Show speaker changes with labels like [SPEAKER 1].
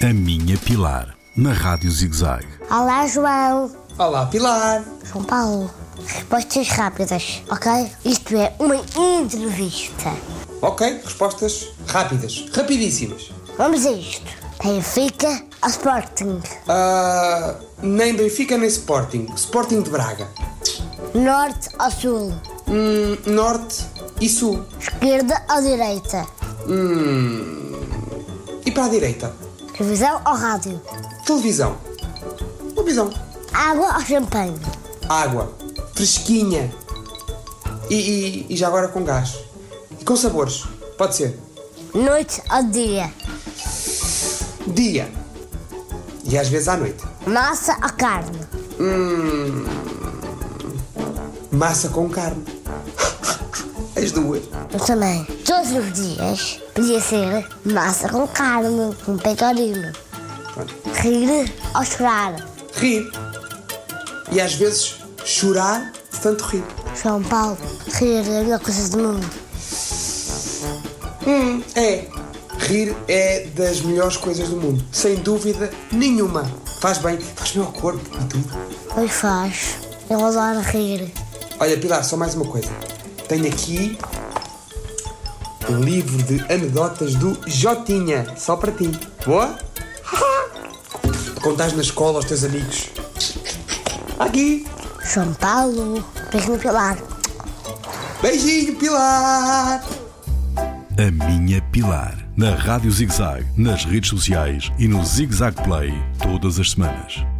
[SPEAKER 1] A Minha Pilar, na Rádio ZigZag.
[SPEAKER 2] Olá, João.
[SPEAKER 3] Olá, Pilar.
[SPEAKER 2] João Paulo. Respostas rápidas, ok? Isto é uma entrevista.
[SPEAKER 3] Ok, respostas rápidas, rapidíssimas.
[SPEAKER 2] Vamos a isto. Benfica ao Sporting.
[SPEAKER 3] Ah, nem Benfica nem Sporting. Sporting de Braga.
[SPEAKER 2] Norte ao Sul.
[SPEAKER 3] Hum, norte e Sul.
[SPEAKER 2] Esquerda ao direita.
[SPEAKER 3] E para a direita?
[SPEAKER 2] Televisão ao rádio.
[SPEAKER 3] Televisão. Televisão.
[SPEAKER 2] Água ao champanhe.
[SPEAKER 3] Água. Fresquinha. E, e- e já agora com gás. E com sabores. Pode ser.
[SPEAKER 2] Noite ao dia.
[SPEAKER 3] Dia. E às vezes à noite.
[SPEAKER 2] Massa à carne.
[SPEAKER 3] Massa com carne. As duas. Ah,
[SPEAKER 2] Eu também. Todos os dias podia ser massa com carne, com pecorino.
[SPEAKER 3] Pronto.
[SPEAKER 2] Rir ao chorar.
[SPEAKER 3] Rir. E às vezes chorar de tanto rir.
[SPEAKER 2] João Paulo, rir é a melhor coisa do mundo.
[SPEAKER 3] Hum, é. Rir é das melhores coisas do mundo. Sem dúvida nenhuma. Faz bem, faz bem ao corpo e tudo.
[SPEAKER 2] Pois faz. Eu adoro rir.
[SPEAKER 3] Olha, Pilar, só mais uma coisa. Tenho aqui um livro de anedotas do Jotinha, só para ti. Boa? Contás na escola aos teus amigos. Aqui.
[SPEAKER 2] João Paulo, beijo no pilar.
[SPEAKER 3] Beijinho, Pilar.
[SPEAKER 1] A Minha Pilar, na Rádio ZigZag, nas redes sociais e no ZigZag Play, todas as semanas.